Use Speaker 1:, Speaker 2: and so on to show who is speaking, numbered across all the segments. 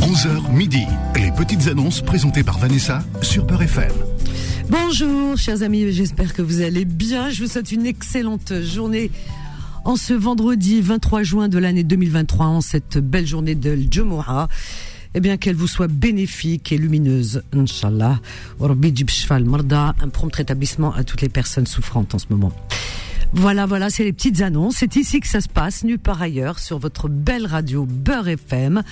Speaker 1: 11h midi. Les petites annonces présentées par Vanessa sur Peur FM.
Speaker 2: Bonjour chers amis, j'espère que vous allez bien. Je vous souhaite une excellente journée en ce vendredi 23 juin de l'année 2023, en cette belle journée de Jumu'ah. Eh bien, qu'elle vous soit bénéfique et lumineuse, Inch'Allah. Un prompt rétablissement à toutes les personnes souffrantes en ce moment. Voilà, voilà, c'est les petites annonces. C'est ici que ça se passe, nulle part ailleurs, sur votre belle radio Beurre FM.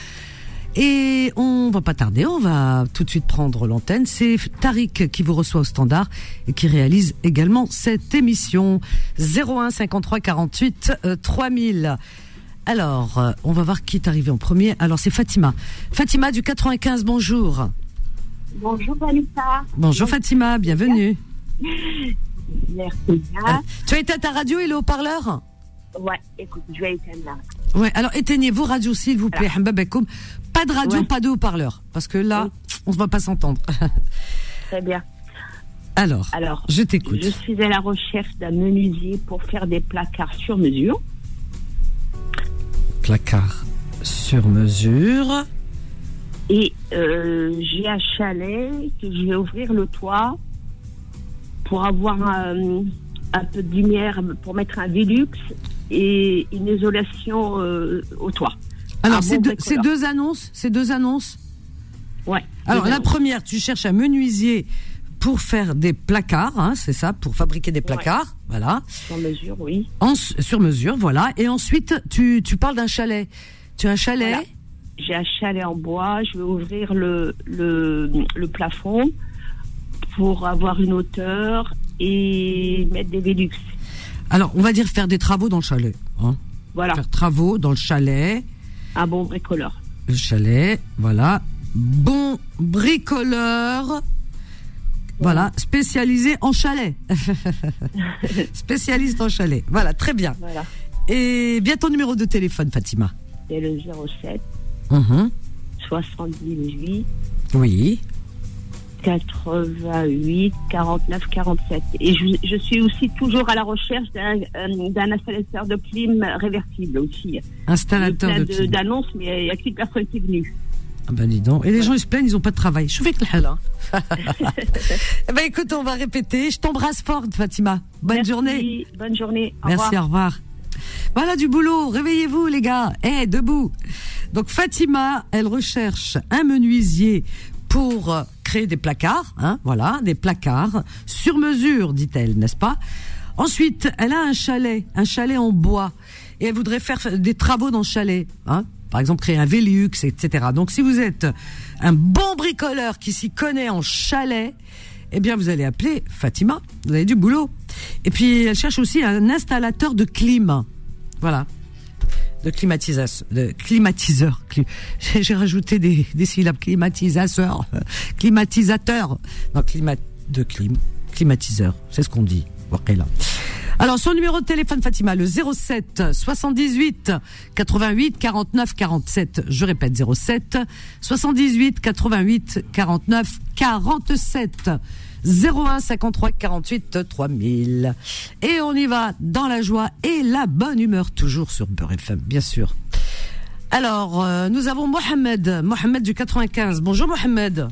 Speaker 2: Et on va pas tarder, on va tout de suite prendre l'antenne. C'est Tariq qui vous reçoit au standard et qui réalise également cette émission 01 53 48 euh, 3000. Alors, euh, on va voir qui est arrivé en premier. Alors, c'est Fatima. Fatima du 95, bonjour.
Speaker 3: Bonjour Vanessa.
Speaker 2: Bonjour Fatima, bienvenue. Euh,
Speaker 3: Merci bien. Ah.
Speaker 2: Tu as éteint ta radio et le haut-parleur
Speaker 3: Ouais, écoute, je vais éteindre là.
Speaker 2: Ouais, alors éteignez vos radios s'il vous plaît, Hambabakoum. Pas de radio,
Speaker 3: Ouais.
Speaker 2: pas de haut-parleur. Parce que là, on ne va pas s'entendre.
Speaker 3: Très bien.
Speaker 2: alors,
Speaker 3: Alors,
Speaker 2: je t'écoute.
Speaker 3: je suis à la recherche d'un menuisier pour faire des placards sur mesure.
Speaker 2: Placard sur mesure.
Speaker 3: Et euh, j'ai un chalet que je vais ouvrir le toit pour avoir euh, un peu de lumière, pour mettre un Velux et une isolation euh, au toit.
Speaker 2: Alors,
Speaker 3: Un
Speaker 2: ces,
Speaker 3: bon
Speaker 2: deux, ces
Speaker 3: bricoleur.
Speaker 2: deux annonces, ces Ah, deux annonces.
Speaker 3: Ouais.
Speaker 2: Alors,
Speaker 3: Des
Speaker 2: la
Speaker 3: annonces.
Speaker 2: première, tu cherches un menuisier pour faire des placards, hein, c'est ça, pour fabriquer des placards, voilà,
Speaker 3: sur mesure, oui.
Speaker 2: en, sur mesure, voilà. Et ensuite, tu, tu parles d'un chalet. Tu as un chalet
Speaker 3: Voilà. J'ai un chalet en bois, je vais ouvrir le, le, le plafond pour avoir une hauteur et mettre des Velux.
Speaker 2: Alors, on va dire faire des travaux dans le chalet. hein.
Speaker 3: Voilà,
Speaker 2: Faire travaux dans le chalet.
Speaker 3: un bon bricoleur.
Speaker 2: Le chalet, voilà. Bon bricoleur. Voilà, spécialisé en chalet. Spécialiste en chalet. Voilà, très bien.
Speaker 3: Voilà.
Speaker 2: Et bien ton numéro de téléphone, Fatima.
Speaker 3: Et le 07 Mhm. 78
Speaker 2: Oui.
Speaker 3: 88 49 47. Et je, je suis aussi toujours à la recherche d'un euh, d'un installateur de clim réversible aussi. J'ai
Speaker 2: Installateur
Speaker 3: plein
Speaker 2: de.
Speaker 3: de-
Speaker 2: clim.
Speaker 3: d'annonces, mais il n'y a qu'une personne qui est venue.
Speaker 2: Ah ben dis donc. Et les gens, ils se plaignent, ils n'ont pas de travail. Je fais que le hal, hein. Eh ben écoute, on va répéter. Je t'embrasse fort, Fatima. Bonne
Speaker 3: Merci,
Speaker 2: journée.
Speaker 3: Bonne journée. Au
Speaker 2: Merci,
Speaker 3: revoir.
Speaker 2: au revoir. Voilà du boulot, réveillez-vous les gars. Eh, debout. Donc Fatima, elle recherche un menuisier pour euh, créer des placards, hein, voilà, des placards sur mesure, dit-elle, n'est-ce pas Ensuite, elle a un chalet, un chalet en bois, et elle voudrait faire des travaux dans le chalet, hein par exemple créer un Velux, etc. Donc si vous êtes un bon bricoleur qui s'y connaît en chalet, eh bien, vous allez appeler Fatima. Vous avez du boulot. Et puis, elle cherche aussi un installateur de clim. Voilà. De climatisation. De climatiseur. Cli- J'ai j'ai rajouté des, des syllabes. Climatisateur. Climatisateur. Non, climat, de clim. Climatiseur. C'est ce qu'on dit. Waqila. Alors, son numéro de téléphone, Fatima, le 07 78 88 49 47. Je répète, 07 78 88 49 47. 01 53 48 3000. Et on y va dans la joie et la bonne humeur, toujours sur Beurre FM, bien sûr. Alors, euh, nous avons Mohamed, Mohamed du 95. Bonjour Mohamed.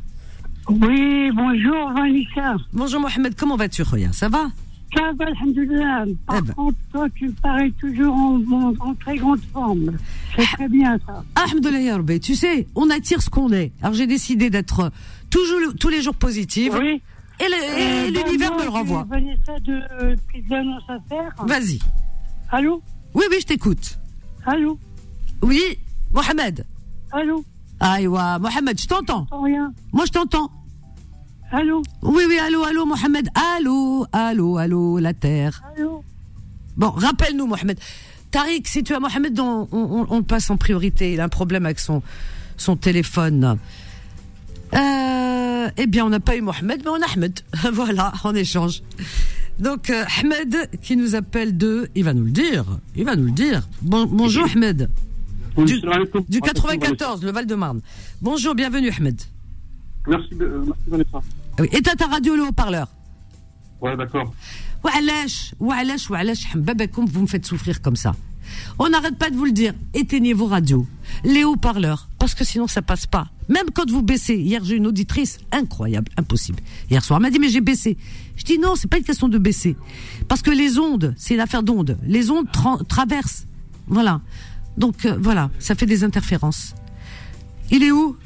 Speaker 4: Oui, bonjour Vanessa.
Speaker 2: Bonjour Mohamed, comment vas-tu, Roya Ça va
Speaker 4: Ça va, bah, alhamdoulilah. Par
Speaker 2: Eh ben.
Speaker 4: contre, toi, tu parais toujours en, en- en très grande forme. C'est très bien, ça.
Speaker 2: Alhamdoulilah, ya Rabbi. tu sais, on attire ce qu'on est. Alors j'ai décidé d'être toujours tous les jours positive.
Speaker 4: Oui.
Speaker 2: Et le- et
Speaker 4: Euh,
Speaker 2: l'univers
Speaker 4: bon,
Speaker 2: me le
Speaker 4: moi,
Speaker 2: renvoie.
Speaker 4: j'ai Vanessa, de euh, petites annonces à faire.
Speaker 2: Vas-y.
Speaker 4: Allô
Speaker 2: Oui, oui, je t'écoute.
Speaker 4: Allô
Speaker 2: Oui, Mohamed.
Speaker 4: Allô
Speaker 2: Aïwa, Mohamed, je t'entends.
Speaker 4: Sans rien.
Speaker 2: Moi, je t'entends.
Speaker 4: Allô
Speaker 2: Oui, oui, allô, allô, Mohamed. Allô, allô, allô, la terre.
Speaker 4: Allô
Speaker 2: Bon, rappelle-nous, Mohamed. Tariq, si tu as Mohamed, on, on- on le passe en priorité. Il a un problème avec son, son téléphone. Euh, eh bien, on n'a pas eu Mohamed, mais on a Ahmed. voilà, en échange. Donc, euh, Ahmed, qui nous appelle de... Il va nous le dire. Il va nous le dire. Bon- bonjour, Ahmed. Du-
Speaker 5: Salam alaikum.
Speaker 2: Du
Speaker 5: Attention,
Speaker 2: 94, le Val-de-Marne. Bonjour, bienvenue, Ahmed.
Speaker 5: Vanessa. Merci, euh, merci Vanessa.
Speaker 2: Ah oui, Éteins ta radio, le haut-parleur.
Speaker 5: Ouais, d'accord.
Speaker 2: وعلاش وعلاش وعلاش حبابكم vous me faites souffrir comme ça On n'arrête pas de vous le dire. Éteignez vos radios, les haut-parleurs, parce que sinon ça passe pas. Même quand vous baissez. Hier, j'ai une auditrice incroyable, impossible. Hier soir, elle m'a dit mais j'ai baissé. Je dis non, c'est pas une question de baisser, parce que les ondes, c'est une affaire d'ondes. Les ondes tra- traversent. Voilà. Donc euh, voilà, ça fait des interférences. Il est où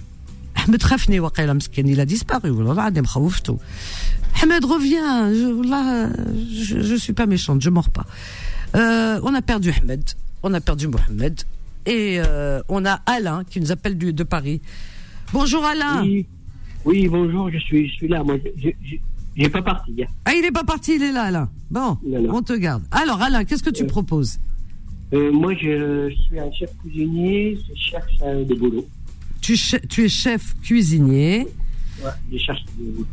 Speaker 2: Ahmed Rafni, waqila, mskin, il a disparu. Wallah, adim, khawftou. Ahmed, reviens. Je, wallah, je, je suis pas méchante, je mords pas. Euh, on a perdu Ahmed, on a perdu Mohamed, et euh, on a Alain qui nous appelle du, de Paris. Bonjour Alain.
Speaker 6: Oui. Oui, bonjour, je suis, je suis là. Moi, je- je- j'ai pas parti. hein.
Speaker 2: Ah, il est pas parti, il est là, Alain. Bon,
Speaker 6: Il est là.
Speaker 2: on te garde. Alors, Alain, qu'est-ce que tu proposes
Speaker 6: Euh, moi, je suis un chef cuisinier, je cherche euh, des boulots.
Speaker 2: tu, che- tu es chef cuisinier.
Speaker 6: Ouais, je cherche des boulots.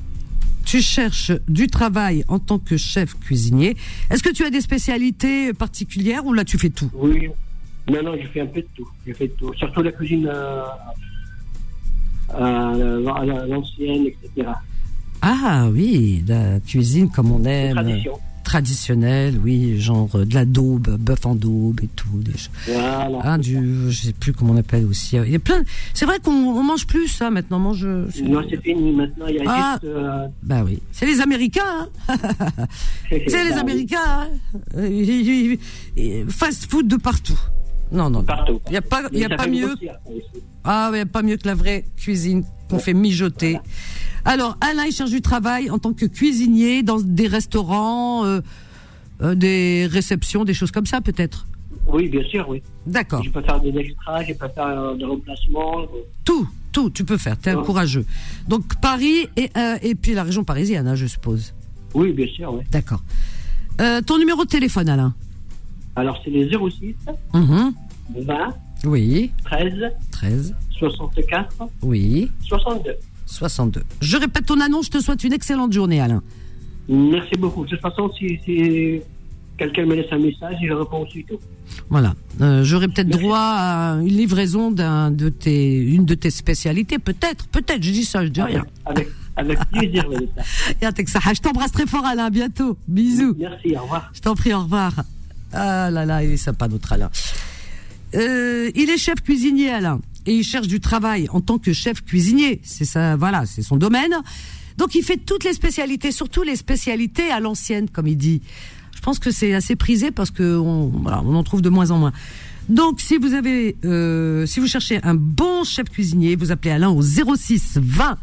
Speaker 2: Tu cherches du travail en tant que chef cuisinier. Est-ce que tu as des spécialités particulières ou là tu fais tout
Speaker 6: Oui, non, non, je fais un peu de tout. Je fais de tout. Surtout la cuisine euh, à la- à la- à l'ancienne, etc.
Speaker 2: Ah oui, la cuisine comme on aime.
Speaker 6: Tradition.
Speaker 2: Traditionnelle, oui, genre euh, de la daube, bœuf en daube et tout. Des choses.
Speaker 6: Voilà.
Speaker 2: Ah, du, je sais plus comment on appelle aussi. Il y a plein. C'est vrai qu'on on mange plus ça maintenant. on Mange. euh, c'est-
Speaker 6: non, c'est fini. Maintenant, il y a
Speaker 2: Ah.
Speaker 6: juste. euh,
Speaker 2: Bah oui, c'est les Américains. Hein c'est les
Speaker 6: bah,
Speaker 2: Américains. Hein Fast food de partout. Non, non. non.
Speaker 6: Partout.
Speaker 2: Il y a pas, il y a
Speaker 6: Mais ça
Speaker 2: pas
Speaker 6: fait
Speaker 2: mieux.
Speaker 6: grossir, ça aussi.
Speaker 2: Ah ouais, pas mieux que la vraie cuisine qu'on fait mijoter. Alors Alain, il cherche du travail en tant que cuisinier dans des restaurants, euh, euh, des réceptions, des choses comme ça peut-être.
Speaker 6: Oui, bien sûr, oui.
Speaker 2: D'accord.
Speaker 6: Je peux faire des extras, je peux faire euh, des remplacements. euh,
Speaker 2: Tout, tout, tu peux faire. T'es un
Speaker 6: Ouais.
Speaker 2: courageux. Donc Paris et euh, et puis la région parisienne, hein, je suppose.
Speaker 6: Oui, bien sûr, oui.
Speaker 2: D'accord. Euh, ton numéro de téléphone, Alain.
Speaker 6: Alors, c'est les 06
Speaker 2: Mhm.
Speaker 6: 20
Speaker 2: Oui.
Speaker 6: 13
Speaker 2: 13.
Speaker 6: 64
Speaker 2: Oui.
Speaker 6: 62.
Speaker 2: 62. Je répète ton annonce. Je te souhaite une excellente journée, Alain.
Speaker 6: Merci beaucoup. De toute façon, si, si quelqu'un me laisse un message, je réponds aussitôt.
Speaker 2: Voilà. Euh, J'aurais peut-être droit à une livraison d'un de tes, une de tes spécialités, peut-être, peut-être. Je dis ça, je dis rien.
Speaker 6: Avec, avec plaisir, Vanessa.
Speaker 2: Y'a Texas. Ah, Je t'embrasse très fort, Alain. À bientôt. Bisous.
Speaker 6: Merci, au revoir.
Speaker 2: Je t'en prie, au revoir. Ah là là, il est sympa notre Alain. Euh, il est chef cuisinier Alain et il cherche du travail en tant que chef cuisinier. C'est ça, voilà, c'est son domaine. Donc il fait toutes les spécialités, surtout les spécialités à l'ancienne, comme il dit. Je pense que c'est assez prisé parce que on, voilà, on en trouve de moins en moins. Donc si vous avez, euh, si vous cherchez un bon chef cuisinier, vous appelez Alain au 06 20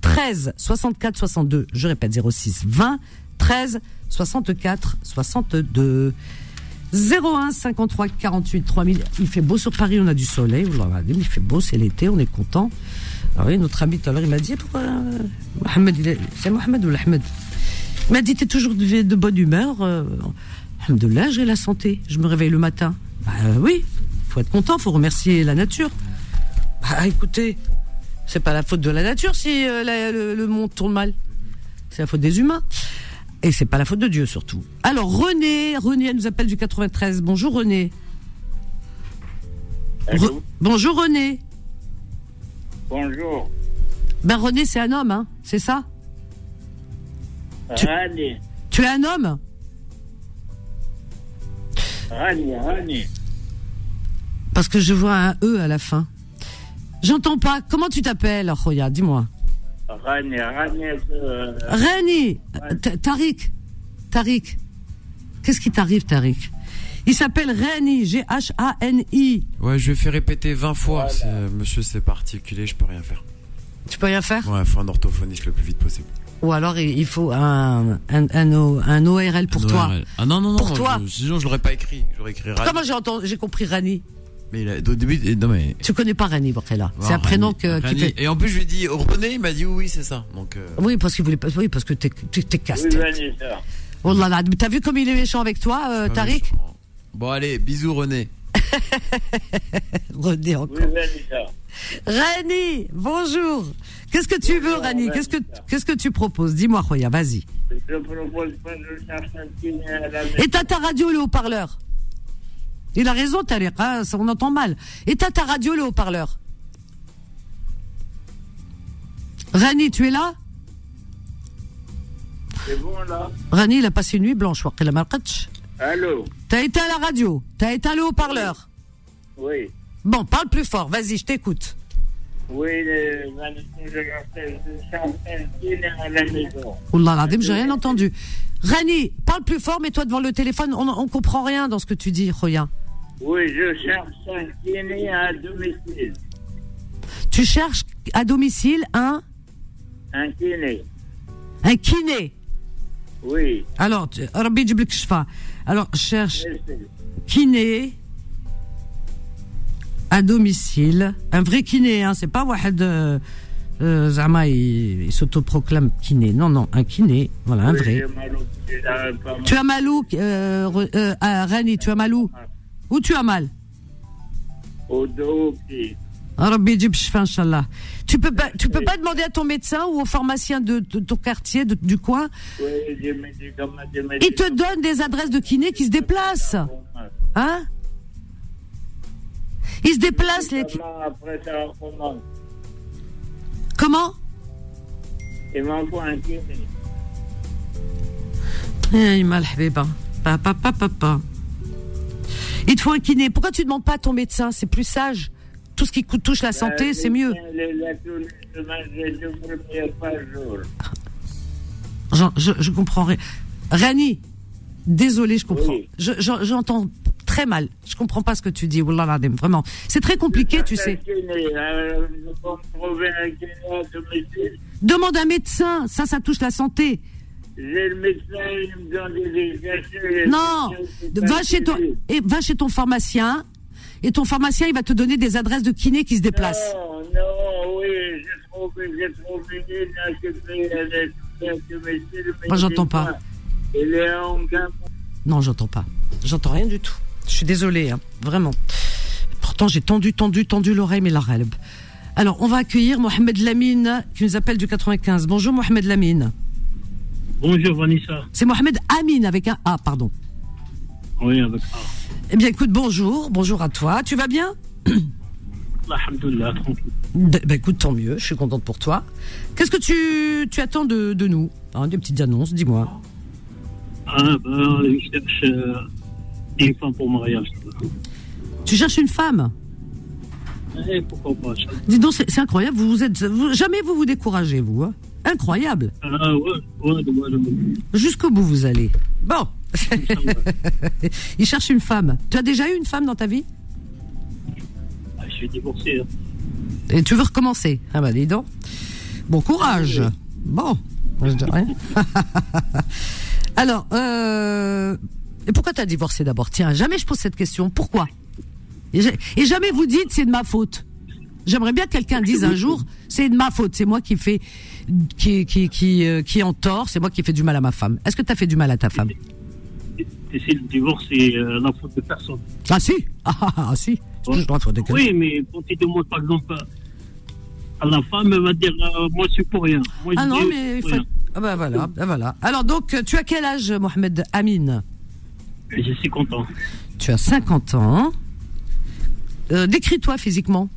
Speaker 2: 13 64 62. Je répète 06 20 13 64 62. 01 53 48 3000. Il fait beau sur Paris, on a du soleil. Ouh là là, Il fait beau, c'est l'été, on est content. Ah oui, notre ami tout à l'heure, il m'a dit pourquoi euh, Mohamed, il est- c'est Mohamed ou l'Ahmed Il m'a dit t'es toujours de, de bonne humeur. euh, Alhamdoulilah, j'ai la santé. Je me réveille le matin. Bah euh, oui, faut être content, faut remercier la nature. Bah écoutez, c'est pas la faute de la nature si euh, la- le- le monde tourne mal. C'est la faute des humains. Et c'est pas la faute de Dieu surtout. Alors René, René, elle nous appelle du 93. Bonjour René. Re- Bonjour René.
Speaker 7: Bonjour.
Speaker 2: Ben René, c'est un homme, hein, c'est ça
Speaker 8: Ah,
Speaker 2: Tu-
Speaker 7: Rani,
Speaker 2: Tu es un homme
Speaker 7: Rani, Rani.
Speaker 2: Parce que je vois un E à la fin. J'entends pas. Comment tu t'appelles, Roya Dis-moi.
Speaker 7: Rani, Rani. euh,
Speaker 2: René, T- Tariq. Tariq. Qu'est-ce qui t'arrive, Tariq Il s'appelle Rani, G-H-A-N-I.
Speaker 9: Ouais, je vais faire répéter 20 fois. C'est- euh, Monsieur, c'est particulier, je peux rien faire.
Speaker 2: Tu peux rien faire
Speaker 9: Ouais, faut un orthophoniste le plus vite possible.
Speaker 2: Ou alors il il faut un, un, un, O- un ORL pour
Speaker 9: Un
Speaker 2: toi.
Speaker 9: ORL. Ah non, non, non.
Speaker 2: Pour toi.
Speaker 9: je- sinon, je l'aurais pas écrit. J'aurais écrit Rani.
Speaker 2: Comment j'ai entendu, j'ai compris Rani
Speaker 9: Mais il a- au début, eh, non, mais.
Speaker 2: Tu connais pas Rani, Borrella. C'est
Speaker 9: Bon,
Speaker 2: un prénom
Speaker 9: Rani,
Speaker 2: que, qui
Speaker 9: Rani.
Speaker 2: fait.
Speaker 9: Et en plus, je lui ai dit oh, René, il m'a dit oui, oui, c'est ça. Donc, euh,
Speaker 2: Oui, parce qu'il voulait pas. Oui, parce que t'es, t'es, t'es
Speaker 7: Oui,
Speaker 2: casse-tête.
Speaker 7: Vanessa.
Speaker 2: Oh là là, mais t'as vu comme il est méchant avec toi, euh,
Speaker 9: pas
Speaker 2: Tariq
Speaker 9: méchant. Bon, allez, bisous, René.
Speaker 2: René
Speaker 7: Oui,
Speaker 2: encore.
Speaker 7: Vanessa.
Speaker 2: Rani, bonjour. Qu'est-ce que tu veux,
Speaker 7: Bonjour,
Speaker 2: Rani
Speaker 7: Rani.
Speaker 2: Qu'est-ce que qu'est-ce que tu proposes Dis-moi, Roya, vas-y.
Speaker 7: Je propose pas de chercher un petit à la maison.
Speaker 2: Et t'as ta radio, le haut-parleur. Il a raison, Tariq. hein, ça, on entend mal. Et t'as ta radio, le haut-parleur. Rani, tu es là
Speaker 7: C'est bon, là
Speaker 2: Rani, il a passé une nuit blanche. وقيلا ما رقدش.
Speaker 8: Allô
Speaker 2: T'as éteint la radio, t'as éteint le haut-parleur.
Speaker 8: Oui.
Speaker 2: Bon, parle plus fort, vas-y, je t'écoute.
Speaker 8: Oui, le 22 de l'appel de Charpentine à la maison.
Speaker 2: Oulala, l'Adim, j'ai rien entendu. Rani, parle plus fort, mets-toi devant le téléphone, on, on comprend rien dans ce que tu dis, Roya.
Speaker 8: Oui, je cherche un kiné à domicile.
Speaker 2: Tu cherches à domicile un,
Speaker 8: Un kiné.
Speaker 2: un kiné.
Speaker 8: Oui.
Speaker 2: Alors, tu- Rabbi Djibril Kshfa. Alors, cherche
Speaker 8: merci.
Speaker 2: kiné à domicile. Un vrai kiné, hein, c'est pas Wahed euh, euh, Zama, il, il s'autoproclame kiné. Non, non, un kiné, voilà, un
Speaker 8: Oui,
Speaker 2: vrai.
Speaker 8: j'ai mal au pied, j'arrive pas à
Speaker 2: Tu as mal où, euh, Re- euh, ah, Rani, tu as mal où Où tu as mal
Speaker 8: m'en- Au dos, au pied.
Speaker 2: Ah, Rabbi Djib Shfa, Inch'Allah. Tu peux pas, tu peux pas demander à ton médecin ou au pharmacien de, de ton quartier, de- du coin.
Speaker 8: Oui, des médicaments, des
Speaker 2: Il te
Speaker 8: médicaments.
Speaker 2: donne des adresses de kinés qui se déplacent.
Speaker 8: Ah,
Speaker 2: Hein Ils se déplacent, les...
Speaker 8: Comment Après, ça recommence.
Speaker 2: Comment
Speaker 8: Il m'envoie un kiné.
Speaker 2: Eh, mal, Habiba. Papa, papa, papa. Il te faut un kiné. Pourquoi tu demandes pas à ton médecin C'est plus sage. Tout ce qui cou- touche la
Speaker 8: Euh,
Speaker 2: santé, c'est mieux.
Speaker 8: Les la tous les semaines, j'ai deux premières par jour.
Speaker 2: Je, je, je comprends rien. Rani, désolé, je comprends.
Speaker 8: Oui.
Speaker 2: Je- je- J'entends très mal. Je comprends pas ce que tu dis. Wallah l'azim, vraiment. C'est très compliqué, tu sais.
Speaker 8: Un kiné, euh, pour trouver un kiné à domicile,
Speaker 2: Demande à un médecin. Ça, ça touche la santé.
Speaker 8: j'ai le médecin, il me donne des exercices.
Speaker 2: Non,
Speaker 8: C'est
Speaker 2: va
Speaker 8: un
Speaker 2: chez ton
Speaker 8: kiné.
Speaker 2: et va chez ton pharmacien et ton pharmacien il va te donner des adresses de kinés qui se déplacent.
Speaker 8: Non, non, oui, j'ai trouvé, j'ai trouvé une là, que fait elle est toute à domicile. mais
Speaker 2: Moi, j'entends pas.
Speaker 8: Il est en gamme.
Speaker 2: Non, j'entends pas. J'entends rien du tout. Je suis désolée, hein, vraiment. Pourtant j'ai tendu, tendu, tendu l'oreille mais la relève. Alors on va accueillir Mohamed Lamine qui nous appelle du 95. Bonjour Mohamed Lamine.
Speaker 7: Bonjour Vanessa.
Speaker 2: C'est Mohamed Amine avec un A, pardon.
Speaker 7: Oui, avec
Speaker 2: Eh bien écoute, bonjour, bonjour à toi. Tu vas bien
Speaker 7: Alhamdulillah, tranquille.
Speaker 2: D- Ben écoute, tant mieux, je suis contente pour toi. Qu'est-ce que tu, tu attends de, de nous hein, Des petites annonces, dis-moi.
Speaker 7: Ah, ben, je cherche euh, une femme pour mariage.
Speaker 2: Tu cherches une femme
Speaker 7: Et pourquoi pas ça
Speaker 2: Dis donc, c'est c'est incroyable. Vous vous êtes vous- jamais vous vous découragez, vous. hein. incroyable.
Speaker 7: Ah, ouais, ouais, ouais, ouais, ouais.
Speaker 2: Jusqu'au bout vous allez. Bon,
Speaker 7: Inch'Allah.
Speaker 2: il cherche une femme. Tu as déjà eu une femme dans ta vie
Speaker 7: Ah, Je suis divorcé. hein.
Speaker 2: Et tu veux recommencer Ah bah dis donc. Bon courage. Bon, moi, je dis rien. Alors, euh, et pourquoi t'as divorcé d'abord Tiens, jamais je pose cette question. Pourquoi et, ja- et jamais vous dites c'est de ma faute. J'aimerais bien que quelqu'un dise un jour c'est de ma faute, c'est moi qui fais, qui qui qui euh, qui est en tort, c'est moi qui fais du mal à ma femme. Est-ce que t'as fait du mal à ta femme
Speaker 7: Et si le divorce, c'est euh, la faute de personne.
Speaker 2: Ah si, ah, ah, ah, si. C'est toujours la faute de quelqu'un.
Speaker 7: Oui, mais quand tu demandes, par exemple, à la femme, elle va dire euh, Moi, je suis pour rien. Moi,
Speaker 2: Ah
Speaker 7: je
Speaker 2: non
Speaker 7: dis,
Speaker 2: mais il
Speaker 7: pour
Speaker 2: faut.
Speaker 7: rien.
Speaker 2: Ah bah voilà, ah, voilà. Alors donc euh, tu as quel âge Mohamed Amine
Speaker 7: Et Je suis content.
Speaker 2: Tu as 50 ans. Euh, Décris-toi physiquement.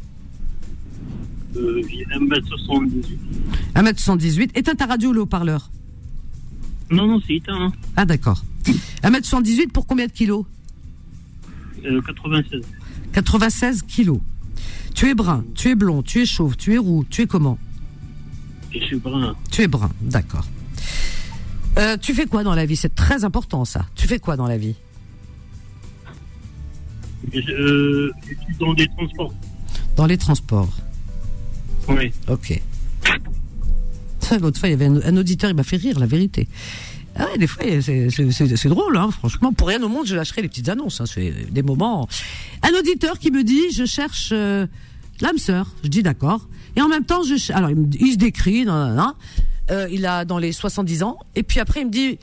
Speaker 7: Euh, J'ai 1m78.
Speaker 2: 1m78. Éteins ta radio, le haut-parleur.
Speaker 7: Non, non, c'est éteint. hein.
Speaker 2: Ah, d'accord. 1m78 pour combien de kilos
Speaker 7: Euh, 96.
Speaker 2: 96 kilos. Tu es brun, tu es blond, tu es chauve, tu es roux, tu es comment
Speaker 7: Et je suis brun.
Speaker 2: Tu es brun, d'accord. Euh, tu fais quoi dans la vie C'est très important ça. Tu fais quoi dans la vie
Speaker 7: Et Je, euh, je suis dans des transports.
Speaker 2: Dans les transports.
Speaker 7: Oui.
Speaker 2: Ok. Ça, L'autre fois, il y avait un, un auditeur, il m'a fait rire, la vérité. Ah ouais, des fois, c'est- c'est c'est- c'est drôle, hein, franchement. Pour rien au monde, je lâcherai les petites annonces. hein, c'est des moments. Un auditeur qui me dit Je cherche euh, l'âme sœur. Je dis D'accord. Et en même temps, je, ch- alors, il, me- il se décrit, nan, nan, nan. Euh, il a dans les 70 ans. Et puis après, il me dit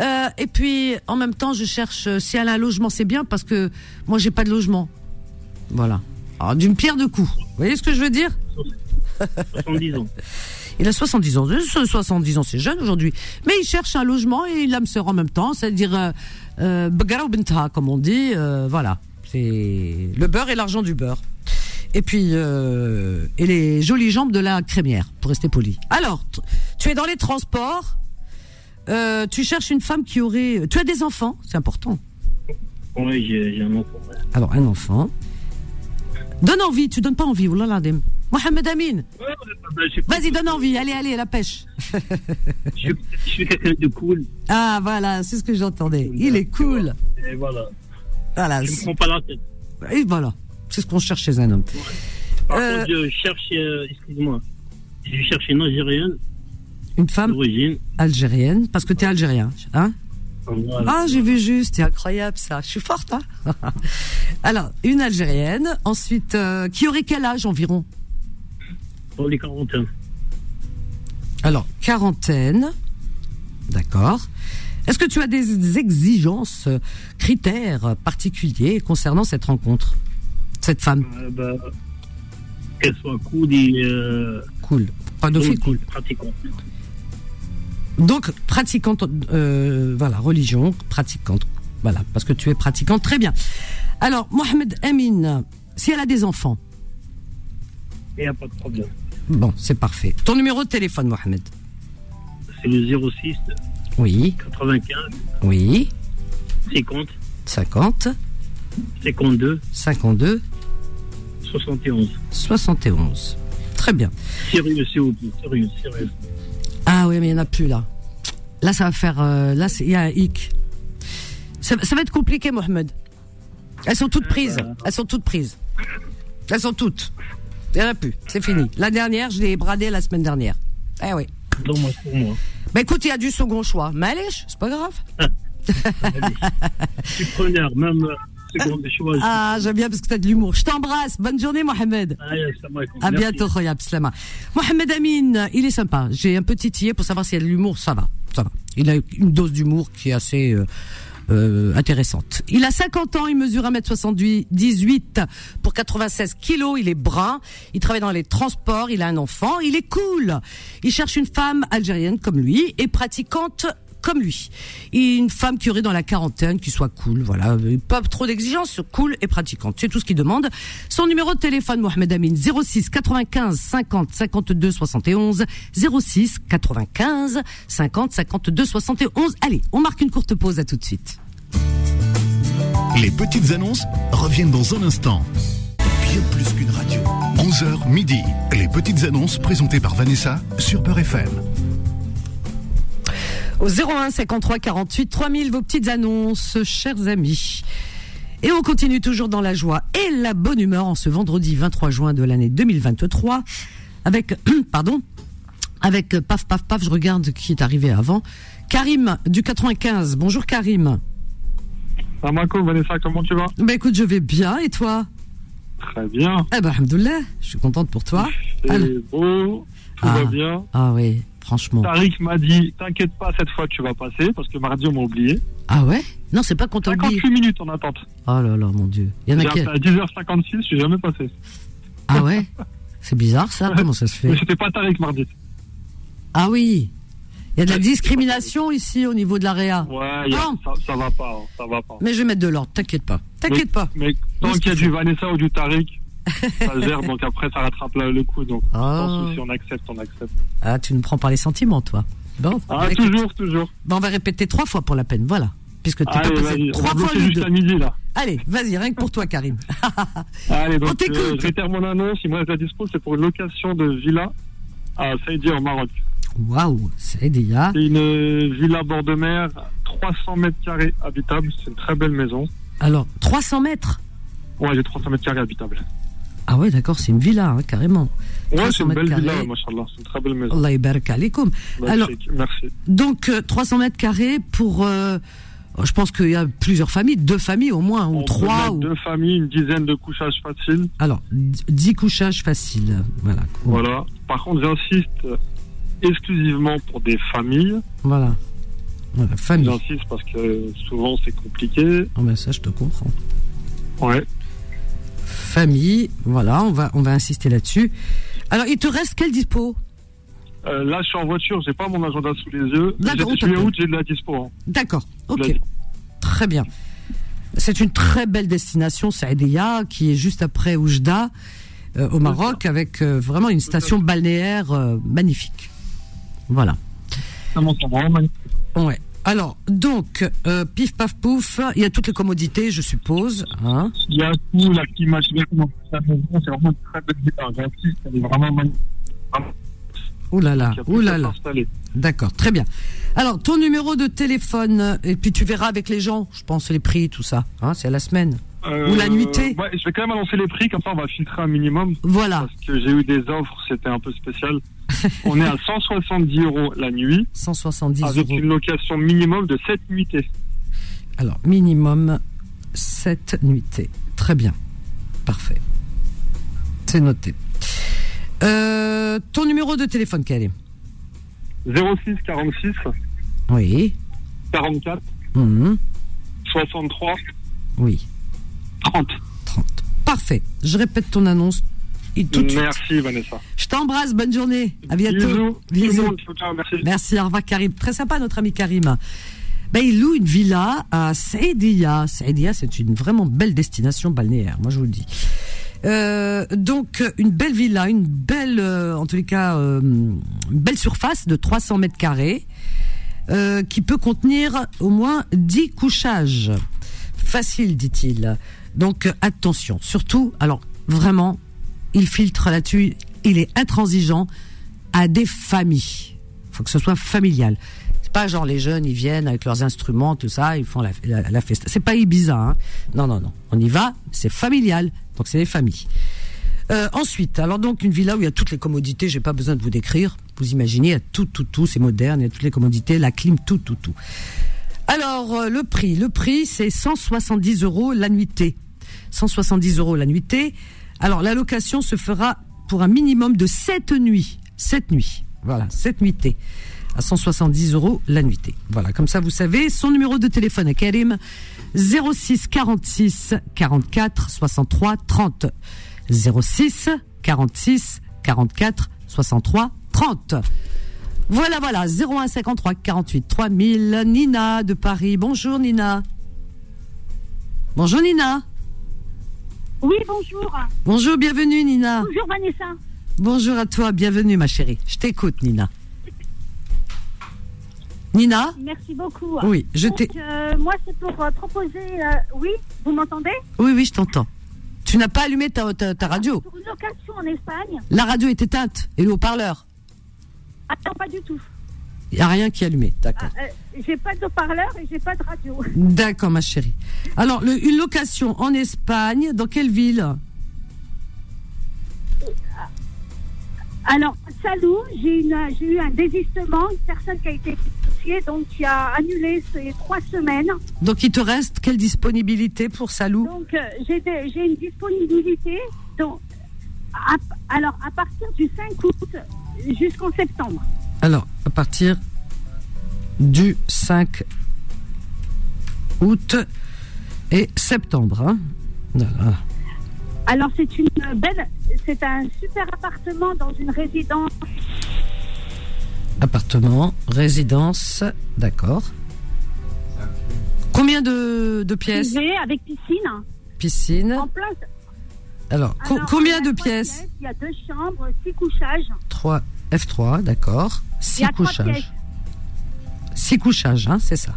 Speaker 2: Euh, Et puis, en même temps, je cherche euh, si elle a un logement, c'est bien parce que moi, j'ai pas de logement. Voilà. Alors, Ah, d'une pierre deux coups. Vous voyez ce que je veux dire
Speaker 7: 70 ans.
Speaker 2: il a 70 ans. Euh, 70 ans, c'est jeune aujourd'hui. Mais il cherche un logement et il l'âme sœur en même temps, c'est-à-dire euh, euh, bagara ou benta, comme on dit. euh, voilà. C'est le beurre et l'argent du beurre. Et puis, euh, et les jolies jambes de la crémière, pour rester poli. Alors, t- tu es dans les transports. euh, tu cherches une femme qui aurait. Tu as des enfants, c'est important.
Speaker 7: Oui, j'ai j'ai un enfant. ouais.
Speaker 2: Alors, un enfant. Donne envie, tu donnes pas envie, oulala, Adem. Mohamed Amin,
Speaker 7: Ouais, bah, je suis-
Speaker 2: vas-y, donne envie, allez, allez, la pêche.
Speaker 7: Je suis- je suis quelqu'un de cool.
Speaker 2: Ah, voilà, c'est ce que j'entendais. Il est cool.
Speaker 7: Et voilà.
Speaker 2: Voilà,
Speaker 7: Je me prends pas la tête.
Speaker 2: et voilà. C'est ce qu'on cherche chez un homme.
Speaker 7: Par
Speaker 2: Euh,
Speaker 7: contre, je cherche, euh, excuse-moi, je cherche une Algérienne
Speaker 2: Une femme
Speaker 7: d'origine.
Speaker 2: algérienne, parce que t'es algérien, hein
Speaker 7: Voilà.
Speaker 2: Ah, j'ai vu juste, c'est incroyable ça. Je suis forte, hein Alors, une algérienne, ensuite, euh, qui aurait quel âge environ
Speaker 7: Pour les quarantaines.
Speaker 2: Alors, quarantaine. D'accord. Est-ce que tu as des exigences, euh, critères particuliers concernant cette rencontre Cette femme
Speaker 7: Euh, bah, Qu'elle soit cool et euh,
Speaker 2: cool. Enfin, de fait cool.
Speaker 7: pratiquante.
Speaker 2: Donc, pratiquante, euh, voilà, religion, pratiquante. Voilà, parce que tu es pratiquante. Très bien. Alors, Mohamed Amin, si elle a des enfants,
Speaker 7: Il n'y a pas de problème.
Speaker 2: bon, c'est parfait. Ton numéro de téléphone, Mohamed
Speaker 7: C'est le 06
Speaker 2: Oui,
Speaker 7: 95
Speaker 2: oui.
Speaker 7: 50
Speaker 2: 50,
Speaker 7: 52
Speaker 2: 52,
Speaker 7: 71.
Speaker 2: 71. Très bien.
Speaker 7: Sérieux, s'il vous plaît. Sérieux, sérieux.
Speaker 2: Ah oui, mais il n'y en a plus là. Là, ça va faire. euh, là, c'est- il y a un hic. Ça, ça va être compliqué, Mohamed. Elles sont toutes prises. Elles sont toutes prises. Elles sont toutes. Il n'y en a plus. C'est fini. La dernière, je l'ai bradée la semaine dernière. Eh oui.
Speaker 7: Donne-moi pour moi.
Speaker 2: Bah écoute, il y a du second choix. Malish, c'est pas grave.
Speaker 7: Je suis preneur, même euh, seconde choix. je-
Speaker 2: Ah, j'aime bien parce que t'as de l'humour. Je t'embrasse. Bonne journée, Mohamed.
Speaker 7: Ah, yeah, ça m'a compris.
Speaker 2: À
Speaker 7: Merci.
Speaker 2: bientôt, Khoya Abdeslamah. Mohamed Amin, il est sympa. J'ai un petit tillet pour savoir s'il y a de l'humour. Ça va, ça va. Il a une dose d'humour qui est assez euh, euh, intéressante. Il a 50 ans, il mesure 1m78 pour 96 kilos. Il est brun, il travaille dans les transports, il a un enfant, il est cool. Il cherche une femme algérienne comme lui et pratiquante comme lui. Et une femme qui aurait dans la quarantaine, qui soit cool, voilà. Pas trop d'exigences, cool et pratiquante. C'est tout ce qu'il demande. Son numéro de téléphone, Mohamed Amin, 06 95 50 52 71. 06 95 50 52 71. Allez, on marque une courte pause, à tout de suite.
Speaker 1: Les petites annonces reviennent dans un instant. Bien plus qu'une radio. 11h midi. Les petites annonces présentées par Vanessa sur Peur FM.
Speaker 2: Au 01 53 48 3000, vos petites annonces, chers amis. Et on continue toujours dans la joie et la bonne humeur en ce vendredi 23 juin de l'année 2023 avec, pardon, avec euh, paf paf paf, je regarde qui est arrivé avant. Karim du 95. Bonjour Karim.
Speaker 5: Amako, Ah, Vanessa, comment tu vas
Speaker 2: Ben écoute, je vais bien et toi
Speaker 5: Très bien.
Speaker 2: Eh ben alhamdoulilah, je suis contente pour toi.
Speaker 5: C'est
Speaker 2: Alors.
Speaker 5: beau, tout
Speaker 2: Ah.
Speaker 5: va bien.
Speaker 2: Ah oui, franchement.
Speaker 5: Tariq m'a dit T'inquiète pas, cette fois tu vas passer, parce que mardi on m'a oublié.
Speaker 2: Ah ouais Non, c'est pas qu'on t'oublie.
Speaker 5: 58 minutes en attente.
Speaker 2: Oh là là, mon dieu. Il y en a
Speaker 5: J'ai
Speaker 2: qui...
Speaker 5: appelé à 10h56, je suis jamais passé.
Speaker 2: Ah ouais C'est bizarre ça, comment ça se fait
Speaker 5: Mais c'était pas Tariq mardi.
Speaker 2: Ah oui. Il y a de la discrimination ici au niveau de la réa.
Speaker 5: Ouais, y a-
Speaker 2: Non.
Speaker 5: ça, ça va pas, hein, ça va pas.
Speaker 2: Mais je vais mettre de l'ordre, t'inquiète pas. T'inquiète pas.
Speaker 5: Mais tant
Speaker 2: Qu'est-ce
Speaker 5: qu'il y a
Speaker 2: qu'il
Speaker 5: du Vanessa ou du Tariq, ça gère, donc après ça rattrape là, le coup. Donc,
Speaker 2: Ah.
Speaker 5: sans souci, on accepte, on accepte.
Speaker 2: Ah, tu ne prends pas les sentiments, toi. Bon,
Speaker 5: Ah,
Speaker 2: bah, écoute,
Speaker 5: toujours, toujours.
Speaker 2: bah, on va répéter trois fois pour la peine, voilà. Puisque t'es pas
Speaker 5: Allez,
Speaker 2: passé
Speaker 5: vas-y, on va
Speaker 2: trois fois
Speaker 5: bloquer
Speaker 2: les
Speaker 5: juste
Speaker 2: deux.
Speaker 5: à midi là.
Speaker 2: Allez, vas-y, rien que pour toi, Karim.
Speaker 5: Allez,
Speaker 2: On
Speaker 5: donc
Speaker 2: t'écoute.
Speaker 5: euh, je réitère mon annonce, il me reste la dispo, c'est pour une location de villa à Saïdi au Maroc.
Speaker 2: Waouh, c'est déjà.
Speaker 5: C'est une euh, villa bord de mer, 300 mètres carrés habitable, c'est une très belle maison.
Speaker 2: Alors, 300 mètres
Speaker 5: Ouais, j'ai 300 mètres carrés habitables.
Speaker 2: Ah ouais, d'accord, c'est une villa, hein, carrément.
Speaker 5: Ouais,
Speaker 2: 300
Speaker 5: c'est une belle
Speaker 2: mètres
Speaker 5: villa,
Speaker 2: carrés.
Speaker 5: machallah, c'est une très belle maison.
Speaker 2: Allah barak alaikum. Alors-
Speaker 5: Magnifique, Merci.
Speaker 2: Donc, euh, 300 mètres carrés pour... euh, je pense qu'il y a plusieurs familles, deux familles au moins, ou
Speaker 5: On peut
Speaker 2: trois.
Speaker 5: mettre
Speaker 2: Ou...
Speaker 5: Deux familles, une dizaine de couchages faciles.
Speaker 2: Alors, 10 couchages faciles. Voilà.
Speaker 5: Voilà. Par contre, j'insiste euh, exclusivement pour des familles.
Speaker 2: Voilà. Voilà, famille.
Speaker 5: J'insiste parce que souvent c'est compliqué.
Speaker 2: Ah ben ça, je te comprends.
Speaker 5: Ouais.
Speaker 2: Famille, voilà, on va, on va insister là-dessus. Alors, il te reste quel dispo
Speaker 5: Euh, là, je suis en voiture, j'ai pas mon agenda sous les yeux.
Speaker 2: D'accord, on
Speaker 5: J'ai- Juillet,
Speaker 2: t'appelle.
Speaker 5: août, j'ai de la dispo. hein.
Speaker 2: D'accord,
Speaker 5: De la
Speaker 2: ok, très bien. C'est une très belle destination, Saïdia, qui est juste après Oujda, euh, au Maroc, avec euh, vraiment une station balnéaire euh, magnifique. Voilà.
Speaker 5: Vraiment, c'est vraiment magnifique.
Speaker 2: Ouais. Alors, donc, euh, pif paf pouf, il y a toutes les commodités, je suppose. Hein
Speaker 5: Il y a tout, la climatisation dans toute la maison, c'est vraiment une très belle guitare. J'insiste, elle est vraiment magnifique.
Speaker 2: Ouh là là,
Speaker 5: Il y a plus
Speaker 2: ouh
Speaker 5: qu'à
Speaker 2: là là.
Speaker 5: s'installer.
Speaker 2: D'accord, très bien. Alors, ton numéro de téléphone, euh, et puis tu verras avec les gens, je pense, les prix, tout ça. Hein, c'est à la semaine.
Speaker 5: Euh,
Speaker 2: Ou la nuitée.
Speaker 5: ouais, Je vais quand même annoncer les prix, comme ça on va filtrer un minimum.
Speaker 2: Voilà,
Speaker 5: Parce que j'ai eu des offres, c'était un peu spécial. on est à 170 euros la nuit,
Speaker 2: 170
Speaker 5: avec
Speaker 2: euros.
Speaker 5: une location minimum de 7 nuitées.
Speaker 2: Alors, minimum 7 nuitées. Très bien. Parfait. C'est noté. Euh, ton numéro de téléphone, quel est
Speaker 5: 06 46
Speaker 2: Oui.
Speaker 5: 44
Speaker 2: Mhm.
Speaker 5: 63
Speaker 2: Oui.
Speaker 5: 30.
Speaker 2: 30. Parfait. Je répète ton annonce. Et tout de suite.
Speaker 5: Merci Vanessa.
Speaker 2: Je t'embrasse. Bonne journée. À bientôt.
Speaker 5: Bisous. Tout
Speaker 2: Bisous.
Speaker 5: le monde, ciao, ciao, merci.
Speaker 2: Merci, au revoir Karim. Très sympa notre ami Karim. Ben, il loue une villa à Saïdia. Saïdia, c'est une vraiment belle destination balnéaire, moi je vous le dis. Euh, donc euh, une belle villa, une belle, euh, en tous les cas, euh, une belle surface de 300 mètres carrés euh, qui peut contenir au moins 10 couchages. Facile, dit-il. Donc euh, attention, surtout, alors vraiment, il filtre là-dessus, il est intransigeant à des familles. faut que ce soit familial. C'est pas genre les jeunes, ils viennent avec leurs instruments, tout ça, ils font la, la, la festa. C'est pas Ibiza, hein. Non, non, non. On y va, c'est familial. Donc c'est des familles. Euh, ensuite, alors donc une villa où il y a toutes les commodités, j'ai pas besoin de vous décrire. Vous imaginez, il y a tout, tout, tout, c'est moderne, il y a toutes les commodités, la clim, tout, tout, tout. Alors euh, le prix, le prix c'est 170 euros la nuitée. 170 euros la nuitée. Alors la location se fera pour un minimum de 7 nuits. 7 nuits, voilà, 7 nuitées. À 170 euros la nuitée. Voilà, comme ça vous savez. Son numéro de téléphone à Karim, 06 46 44 63 30. 06 46 44 63 30. Voilà, voilà, 01 53 48 3000. Nina de Paris. Bonjour Nina. Bonjour Nina.
Speaker 4: Oui, bonjour.
Speaker 2: Bonjour, bienvenue Nina.
Speaker 4: Bonjour Vanessa.
Speaker 2: Bonjour à toi, bienvenue ma chérie. Je t'écoute Nina. Nina
Speaker 4: Merci beaucoup.
Speaker 2: Oui, je t'ai.
Speaker 4: Donc, euh, moi, c'est pour euh, proposer. euh, oui, vous m'entendez
Speaker 2: Oui, oui, je t'entends. Tu n'as pas allumé ta, ta, ta radio.
Speaker 4: Pour une location en Espagne
Speaker 2: La radio est éteinte et le haut-parleur.
Speaker 4: Attends, pas du tout.
Speaker 2: Il n'y a rien qui est allumé. D'accord.
Speaker 4: Euh, j'ai pas de parleur et j'ai pas de radio.
Speaker 2: D'accord, ma chérie. Alors, le- une location en Espagne, dans quelle ville
Speaker 4: Alors, Salou, j'ai une- j'ai eu un désistement, une personne qui a été licenciée, donc qui a annulé ces trois semaines.
Speaker 2: Donc, il te reste quelle disponibilité pour Salou
Speaker 4: Donc, euh, j'ai des- j'ai une disponibilité. Donc, à- alors, à partir du 5 août jusqu'en septembre.
Speaker 2: Alors, à partir du 5 août et septembre. hein. Voilà.
Speaker 4: Alors, c'est une belle, c'est un super appartement dans une résidence.
Speaker 2: Appartement, résidence, d'accord. Combien de, de pièces
Speaker 4: privée avec piscine.
Speaker 2: Piscine.
Speaker 4: En place.
Speaker 2: Alors, Hein co-
Speaker 4: alors,
Speaker 2: combien
Speaker 4: il y a
Speaker 2: de
Speaker 4: trois
Speaker 2: pièces
Speaker 4: Il y a deux chambres, six couchages.
Speaker 2: 3 F3, d'accord.
Speaker 4: Il y
Speaker 2: 6
Speaker 4: a trois pièces
Speaker 2: couchages. 6 couchages, hein, c'est ça.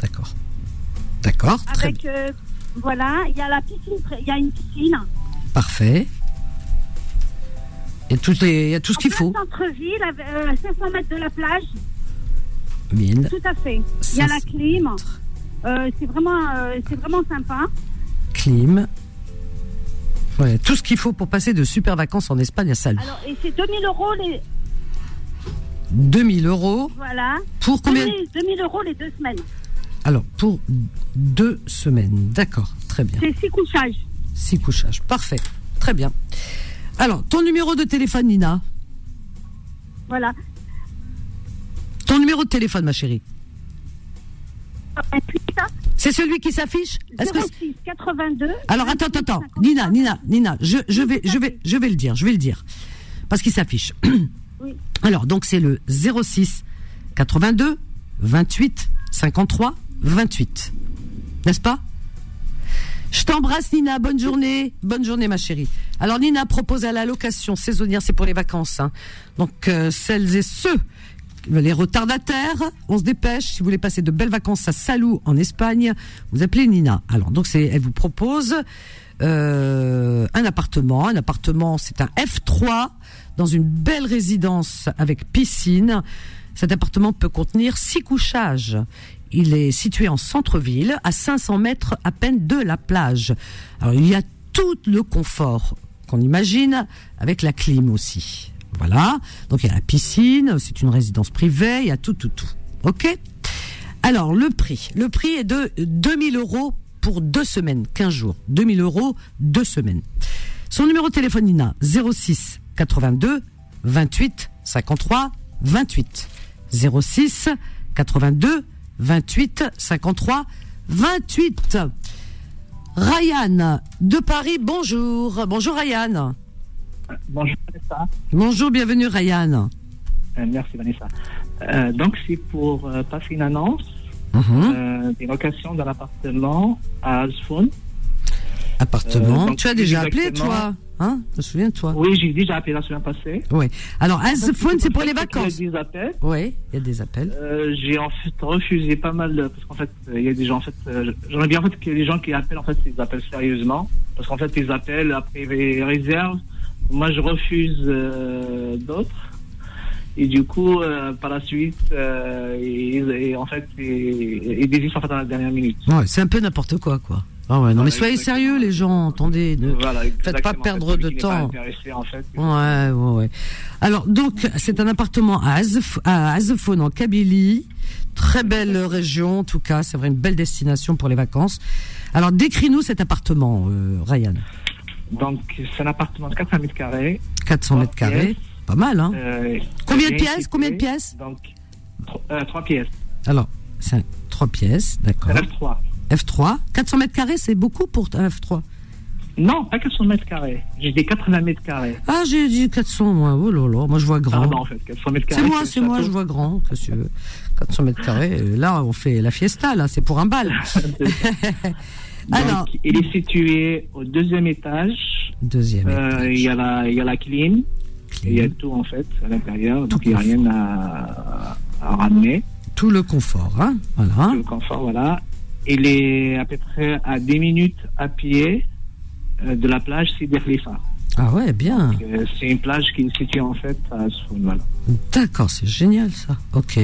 Speaker 2: D'accord. D'accord, très bien.
Speaker 4: avec. euh, voilà, il y a la piscine, pré- il y a une piscine.
Speaker 2: Parfait. Et toutes les- il y a tout ce
Speaker 4: En
Speaker 2: qu'il
Speaker 4: plein
Speaker 2: faut.
Speaker 4: centre-ville, avec, euh, 500 mètres de la plage,
Speaker 2: 1000.
Speaker 4: tout à fait. Il y a la clim.
Speaker 2: centre.
Speaker 4: Euh, c'est vraiment, euh, c'est vraiment sympa.
Speaker 2: Clim. Ouais, tout ce qu'il faut pour passer de super vacances en Espagne à Salou.
Speaker 4: Alors, et c'est 2000 euros les,
Speaker 2: 2000 euros
Speaker 4: voilà,
Speaker 2: pour combien
Speaker 4: 2000, 2000 euros les deux semaines.
Speaker 2: Alors, pour deux semaines. D'accord, très bien.
Speaker 4: C'est six couchages.
Speaker 2: Six couchages. Parfait. Très bien. Alors, ton numéro de téléphone, Nina.
Speaker 4: Voilà.
Speaker 2: Ton numéro de téléphone, ma chérie. C'est celui qui s'affiche Est-ce que c'est-
Speaker 4: 06 82.
Speaker 2: Alors attends, attends, attends. Nina, Nina, Nina, je, je, vais, je, vais, je vais le dire, je vais le dire. Parce qu'il s'affiche.
Speaker 4: Oui.
Speaker 2: Alors, donc c'est le 06 82 28 53 28. N'est-ce pas Je t'embrasse Nina, bonne journée. Bonne journée ma chérie. Alors Nina propose à la location saisonnière, c'est pour les vacances. hein. Donc euh, celles et ceux les retardataires, on se dépêche. Si vous voulez passer de belles vacances à Salou en Espagne, vous appelez Nina. Alors donc c'est, elle vous propose euh, un appartement. Un appartement, c'est un F3 dans une belle résidence avec piscine. Cet appartement peut contenir six couchages. Il est situé en centre-ville, à 500 mètres à peine de la plage. Alors il y a tout le confort qu'on imagine, avec la clim aussi. Voilà. Donc il y a la piscine, c'est une résidence privée, il y a tout, tout, tout. Ok. Alors le prix, le prix est de 2000 euros pour deux semaines, 15 jours. 2000 euros, deux semaines. Son numéro de téléphone Nina 06 82 28 53 28 06 82 28 53 28. Ryan de Paris, bonjour. Bonjour Ryan.
Speaker 8: Bonjour Vanessa.
Speaker 2: Bonjour, bienvenue Ryan.
Speaker 8: Euh, merci Vanessa. Euh, donc c'est pour euh, passer une annonce
Speaker 2: Hein?
Speaker 8: euh, des locations d'un appartement à Alsfon.
Speaker 2: Appartement.
Speaker 8: Euh, donc,
Speaker 2: tu as déjà appelé
Speaker 8: exactement.
Speaker 2: toi Hein Je me souviens de toi.
Speaker 8: Oui, j'ai déjà appelé la semaine passée.
Speaker 2: Oui. Alors, Azphone, c'est pour les vacances.
Speaker 8: Il y a des appels.
Speaker 2: Oui, il y a des appels.
Speaker 8: Euh, j'ai en fait refusé pas mal euh, parce qu'en fait euh, il y a des gens en fait euh, j'aimerais bien en fait que les gens qui appellent en fait ils appellent sérieusement parce qu'en fait ils appellent après ils réservent moi je refuse euh, d'autres et du coup euh, par la suite euh, ils, et, en fait ils, ils désistent en fait à la dernière minute
Speaker 2: Ouais, c'est un peu n'importe quoi, quoi. Ah ouais, non, mais
Speaker 8: Voilà,
Speaker 2: soyez
Speaker 8: exactement.
Speaker 2: sérieux, les gens. Attendez. ne-
Speaker 8: voilà
Speaker 2: Faites pas
Speaker 8: exactement, en
Speaker 2: perdre
Speaker 8: fait,
Speaker 2: de
Speaker 8: celui qui n'est pas
Speaker 2: temps.
Speaker 8: intéressé, en fait,
Speaker 2: Ouais, ouais, ouais. Alors, donc, c'est un appartement à Azef- à Azefone, en Kabylie. Très belle région, en tout cas. C'est vrai, une belle destination pour les vacances. Alors, décris-nous cet appartement, euh, Ryan.
Speaker 8: donc c'est un appartement de 400 mètres carrés
Speaker 2: 400 mètres carrés. Pas mal, hein
Speaker 8: euh,
Speaker 2: Combien de
Speaker 8: bien
Speaker 2: pièces
Speaker 8: équipé,
Speaker 2: Combien de pièces
Speaker 8: donc tro- euh, trois pièces
Speaker 2: Alors, c'est un- trois pièces, d'accord.
Speaker 8: neuf trois
Speaker 2: F3. 400 mètres carrés, c'est beaucoup pour un F3.
Speaker 8: Non, pas 400 mètres carrés. J'ai dit 80 mètres carrés.
Speaker 2: Ah, j'ai dit 400, moi. Oh là là, moi je vois grand.
Speaker 8: Pardon, en fait, 400 mètres carrés.
Speaker 2: c'est moi, c'est moi, je vois grand. Qu'est-ce que tu veux 400 mètres carrés, euh, là on fait la fiesta, là, c'est pour un bal. Alors,
Speaker 8: Alors, il est situé au deuxième étage.
Speaker 2: deuxième
Speaker 8: Euh, Il y a la, il y a la clim. Il y a
Speaker 2: clé,
Speaker 8: tout en fait Mhm. à l'intérieur,
Speaker 2: Tout
Speaker 8: donc il n'y a rien à, à ramener.
Speaker 2: tout le confort, hein Voilà.
Speaker 8: Le confort, voilà. Il est à peu près à 10 minutes à pied euh, de la plage Siderlifa.
Speaker 2: Ah ouais, bien.
Speaker 8: Euh, C'est une plage qui est située en fait à Soun. Voilà.
Speaker 2: D'accord, c'est génial ça. Ok.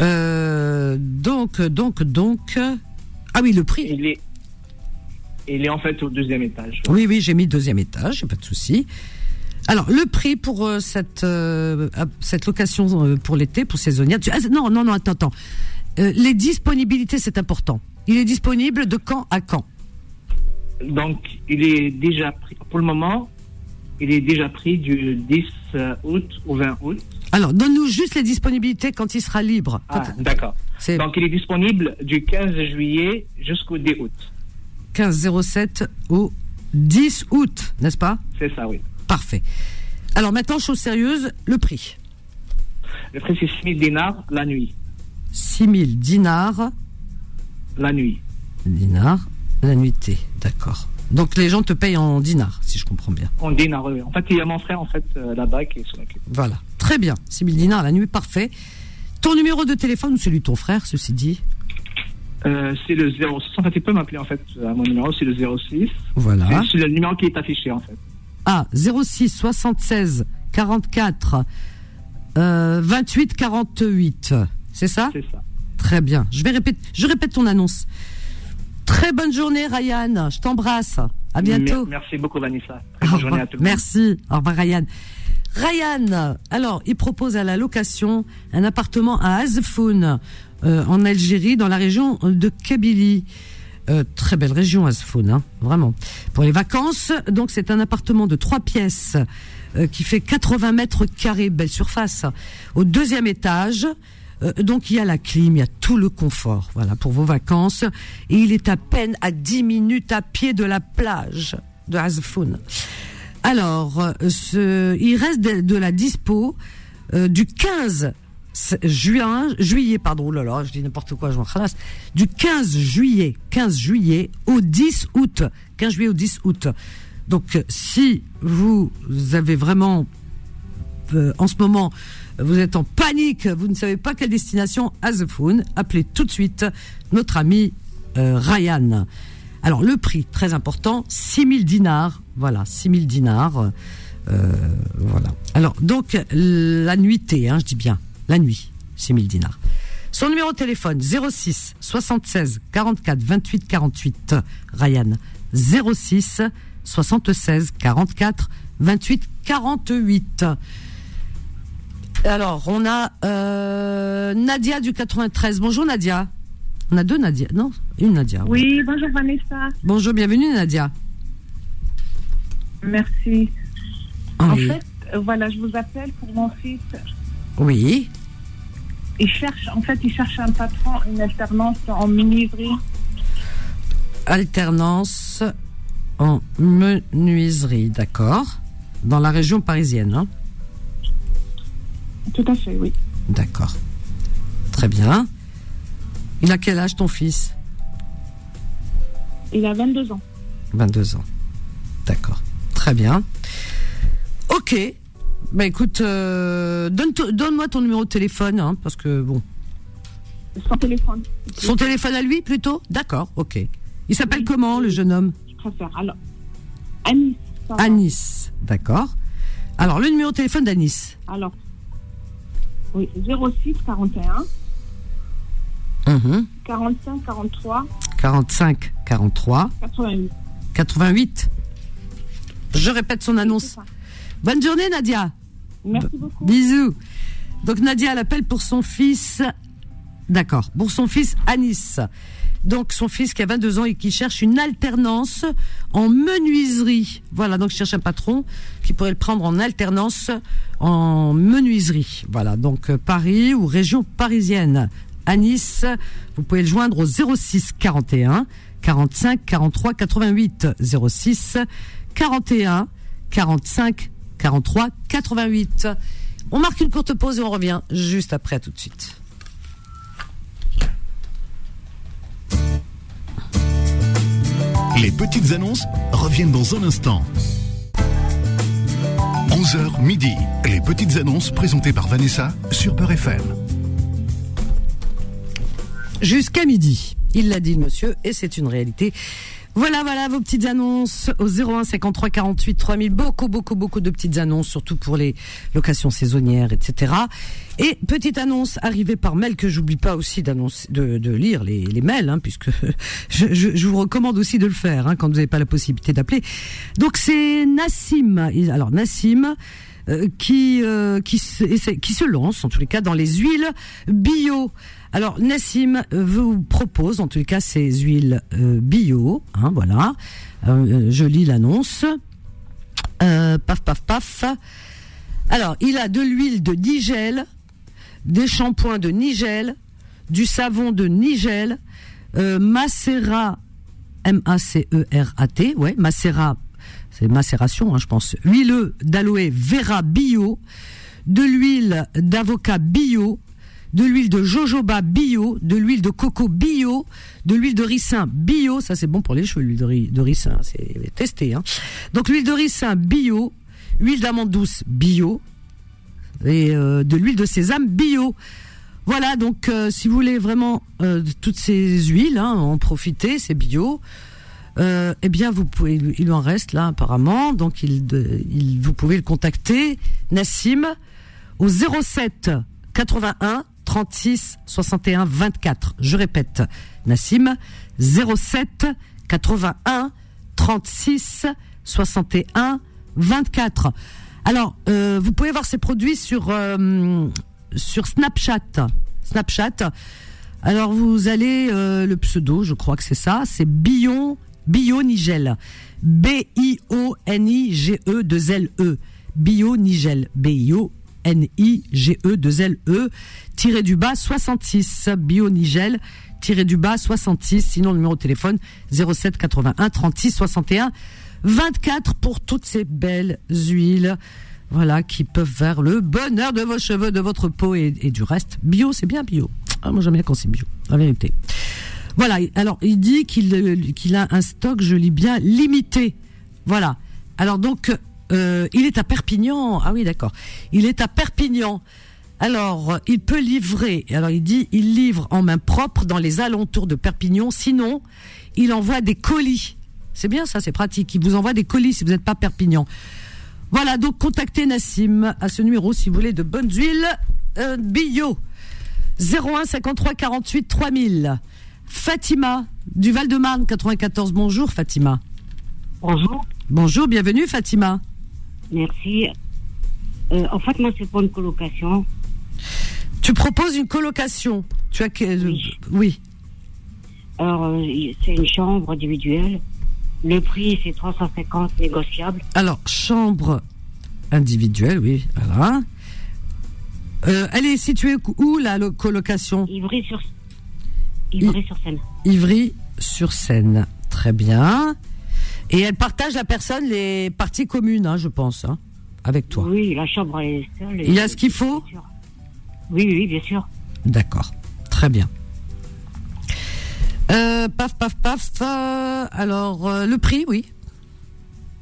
Speaker 2: Euh, donc, donc, donc. euh, Ah oui, le prix.
Speaker 8: Il est, il est en fait au deuxième étage.
Speaker 2: Oui, oui, j'ai mis deuxième étage, j'ai pas de souci. Alors, le prix pour euh, cette, euh, ap- cette location euh, pour l'été, pour saisonnière. tu- ah, non, non, non, attends, attends. Euh, les disponibilités, c'est important. Il est disponible de quand à quand
Speaker 8: Donc, il est déjà pris, pour le moment, il est déjà pris du 10 août au 20 août.
Speaker 2: Alors, donne-nous juste les disponibilités quand il sera libre. Quand-
Speaker 8: Ah, d'accord.
Speaker 2: c'est
Speaker 8: Donc, il est disponible du 15 juillet jusqu'au 10 août.
Speaker 2: 15-07 au 10 août, n'est-ce pas
Speaker 8: C'est ça, oui.
Speaker 2: Parfait. Alors maintenant, chose sérieuse, le prix.
Speaker 8: Le prix, c'est 6 000 dinars la nuit.
Speaker 2: 6000 dinars,
Speaker 8: La nuit.
Speaker 2: dinars, la nuitée, d'accord. Donc les gens te payent en dinars, si je comprends bien.
Speaker 8: En dinars, oui. En fait, il y a mon frère, en fait, euh, là-bas qui s'en occupe.
Speaker 2: Voilà, très bien. 6000 dinars la nuit, parfait. Ton numéro de téléphone ou celui de ton frère, ceci dit
Speaker 8: Euh, c'est le 06. En fait, il peut m'appeler, en fait, à mon numéro, c'est le 06.
Speaker 2: Voilà.
Speaker 8: C'est le numéro qui est affiché, en fait.
Speaker 2: Ah, 06 76 44 euh, 28 48. C'est ça
Speaker 8: C'est ça.
Speaker 2: Très bien. Je vais répéter, je répète ton annonce. Très bonne journée, Ryan. Je t'embrasse. À bientôt.
Speaker 8: Mer- Merci beaucoup, Vanessa.
Speaker 2: Au
Speaker 8: Très Bonne journée
Speaker 2: revoir.
Speaker 8: à tout le monde.
Speaker 2: Merci. Au revoir, Ryan. Ryan, alors, il propose à la location un appartement à Azfoun, euh, en Algérie, dans la région de Kabylie. Euh, très belle région, Azfoun, hein, vraiment. Pour les vacances, donc, c'est un appartement de trois pièces euh, qui fait 80 mètres carrés, belle surface. Au deuxième étage, euh, donc il y a la clim, il y a tout le confort, voilà, pour vos vacances. Et il est à peine à 10 minutes à pied de la plage de Azfoun. Alors, euh, ce, il reste de, de la dispo euh, du 15 s- juin, juillet, pardon, oh là là, je dis n'importe quoi, je m'en ralasse, du 15 juillet, 15 juillet au 10 août, 15 juillet au 10 août. Donc, euh, si vous avez vraiment euh, en ce moment, vous êtes en panique, vous ne savez pas quelle destination, à the phone, appelez tout de suite notre ami euh, Ryan. Alors le prix, très important, 6000 dinars. Voilà, 6000 dinars. Euh, voilà. Alors, donc, la nuitée, hein, je dis bien, la nuit, 6000 dinars. Son numéro de téléphone, 06 76 44 28 48. Ryan, 06 76 44 28 48. Alors, on a euh, Nadia du 93. Bonjour Nadia. On a deux Nadia. Non, une Nadia. ouais.
Speaker 10: Oui, bonjour Vanessa.
Speaker 2: Bonjour, bienvenue Nadia.
Speaker 10: Merci. en
Speaker 2: Oui.
Speaker 10: fait, euh, voilà, je vous appelle pour mon fils.
Speaker 2: Oui.
Speaker 10: Il cherche, en fait, il cherche un patron, une alternance en menuiserie.
Speaker 2: Alternance en menuiserie, d'accord. Dans la région parisienne, hein
Speaker 10: Tout à fait, oui.
Speaker 2: D'accord. Très bien. Il a quel âge ton fils
Speaker 10: Il a 22 ans.
Speaker 2: 22 ans. D'accord. Très bien. Ok. Bah écoute, euh, donne to- donne-moi ton numéro de téléphone, hein, parce que bon.
Speaker 10: Son téléphone.
Speaker 2: Son téléphone à lui plutôt D'accord, ok. Il s'appelle comment le jeune homme
Speaker 10: Je préfère. Alors, Anis. ça va.
Speaker 2: Anis, d'accord. Alors le numéro de téléphone d'Anis.
Speaker 10: Alors, oui, 06 41
Speaker 2: Mhm.
Speaker 10: 45 43
Speaker 2: 45 43
Speaker 10: 88.
Speaker 2: 88. Je répète son annonce. Bonne journée Nadia.
Speaker 10: Merci beaucoup.
Speaker 2: Bisous. Donc Nadia elle appelle pour son fils. D'accord. Pour son fils Anis. Donc son fils qui a 22 ans et qui cherche une alternance en menuiserie. Voilà, donc je cherche un patron qui pourrait le prendre en alternance en menuiserie. Voilà, donc euh, Paris ou région parisienne. Anis, vous pouvez le joindre au 06 41 45 43 88 06 41 45 43 88. On marque une courte pause et on revient juste après, à tout de suite.
Speaker 1: Les petites annonces reviennent dans un instant. 11h midi, les petites annonces présentées par Vanessa sur Peur FM.
Speaker 2: Jusqu'à midi, il l'a dit le monsieur, et c'est une réalité. Voilà, voilà vos petites annonces au 01 53 48 3000. Beaucoup, beaucoup, beaucoup de petites annonces, surtout pour les locations saisonnières, etc. Et petite annonce arrivée par mail que j'oublie pas aussi d'annoncer, de, de lire les, les mails, hein, puisque je, je- je vous recommande aussi de le faire hein, quand vous n'avez pas la possibilité d'appeler. Donc c'est Nassim. Il- Alors Nassim, euh, qui euh, qui se, essaie- qui se lance en tous les cas dans les huiles bio. Alors Nassim vous propose en tous les cas ces huiles euh, bio. Hein, voilà, Euh, euh, je lis l'annonce. Euh, paf paf paf. Alors il a de l'huile de Nigel, des shampoings de Nigel, du savon de Nigel, euh, macérat E M-A-C-E-R-A-T, ouais, macérat, c'est macération, hein, je pense, huileux d'aloe vera bio, de l'huile d'avocat bio, de l'huile de jojoba bio, de l'huile de coco bio, de l'huile de ricin bio, ça c'est bon pour les cheveux, l'huile de, ri- de ricin, c'est testé. Hein. Donc l'huile de ricin bio, huile d'amande douce bio, et euh, de l'huile de sésame bio. Voilà, donc euh, si vous voulez vraiment euh, de toutes ces huiles, hein, en profiter, c'est bio. Euh, eh bien, vous pouvez, il lui en reste là apparemment, donc il, de- il- vous pouvez le contacter, Nassim, au 07 81 36 61 24. Je répète, Nassim, 07 81 36 61 24. Alors, euh, vous pouvez voir ces produits sur, euh, sur Snapchat. Snapchat. Alors, vous allez, euh, le pseudo, je crois que c'est ça, c'est Bion, Bio Nigel. B-I-O-N-I-G-E 2 L-E. Bio Nigel. B-I-O-N-I-G-E 2 L-E. E, Tiré du bas 66. Bio Nigel. Tiré du bas 66. Sinon, le numéro de téléphone 07 81 36 61 24 pour toutes ces belles huiles. Voilà, qui peuvent faire le bonheur de vos cheveux, de votre peau et, et du reste. Bio, c'est bien bio. Ah, moi, j'aime bien quand c'est bio, la vérité. Voilà, alors il dit qu'il euh, qu'il a un stock, je lis bien, limité. Voilà. Alors donc, euh, il est à Perpignan. Ah oui, d'accord. Il est à Perpignan. Alors, il peut livrer. Alors, il dit, il livre en main propre dans les alentours de Perpignan. Sinon, il envoie des colis. C'est bien ça, c'est pratique. Il vous envoie des colis si vous n'êtes pas à Perpignan. Voilà, donc contactez Nassim à ce numéro si vous voulez de bonnes huiles euh, bio. 01 53 48 3000. Fatima du Val-de-Marne 94. Bonjour Fatima.
Speaker 11: Bonjour.
Speaker 2: Bonjour, bienvenue Fatima.
Speaker 11: Merci. Euh, en fait, moi, c'est pour une colocation.
Speaker 2: Tu proposes une colocation. Tu as que- oui.
Speaker 11: Alors, euh, c'est une chambre individuelle. Le prix, c'est 350 négociable.
Speaker 2: Alors chambre individuelle, oui. Voilà. Euh, elle est située où la lo- colocation
Speaker 11: Ivry sur Ivry sur scène.
Speaker 2: Ivry sur Seine. Très bien. Et elle partage la personne les parties communes, hein, je pense, hein, avec toi.
Speaker 11: Oui, la chambre elle est seule.
Speaker 2: Il y a ce qu'il faut
Speaker 11: Oui, oui, bien sûr.
Speaker 2: D'accord. Très bien. Euh, paf, paf, paf. euh, alors, euh, le prix, oui.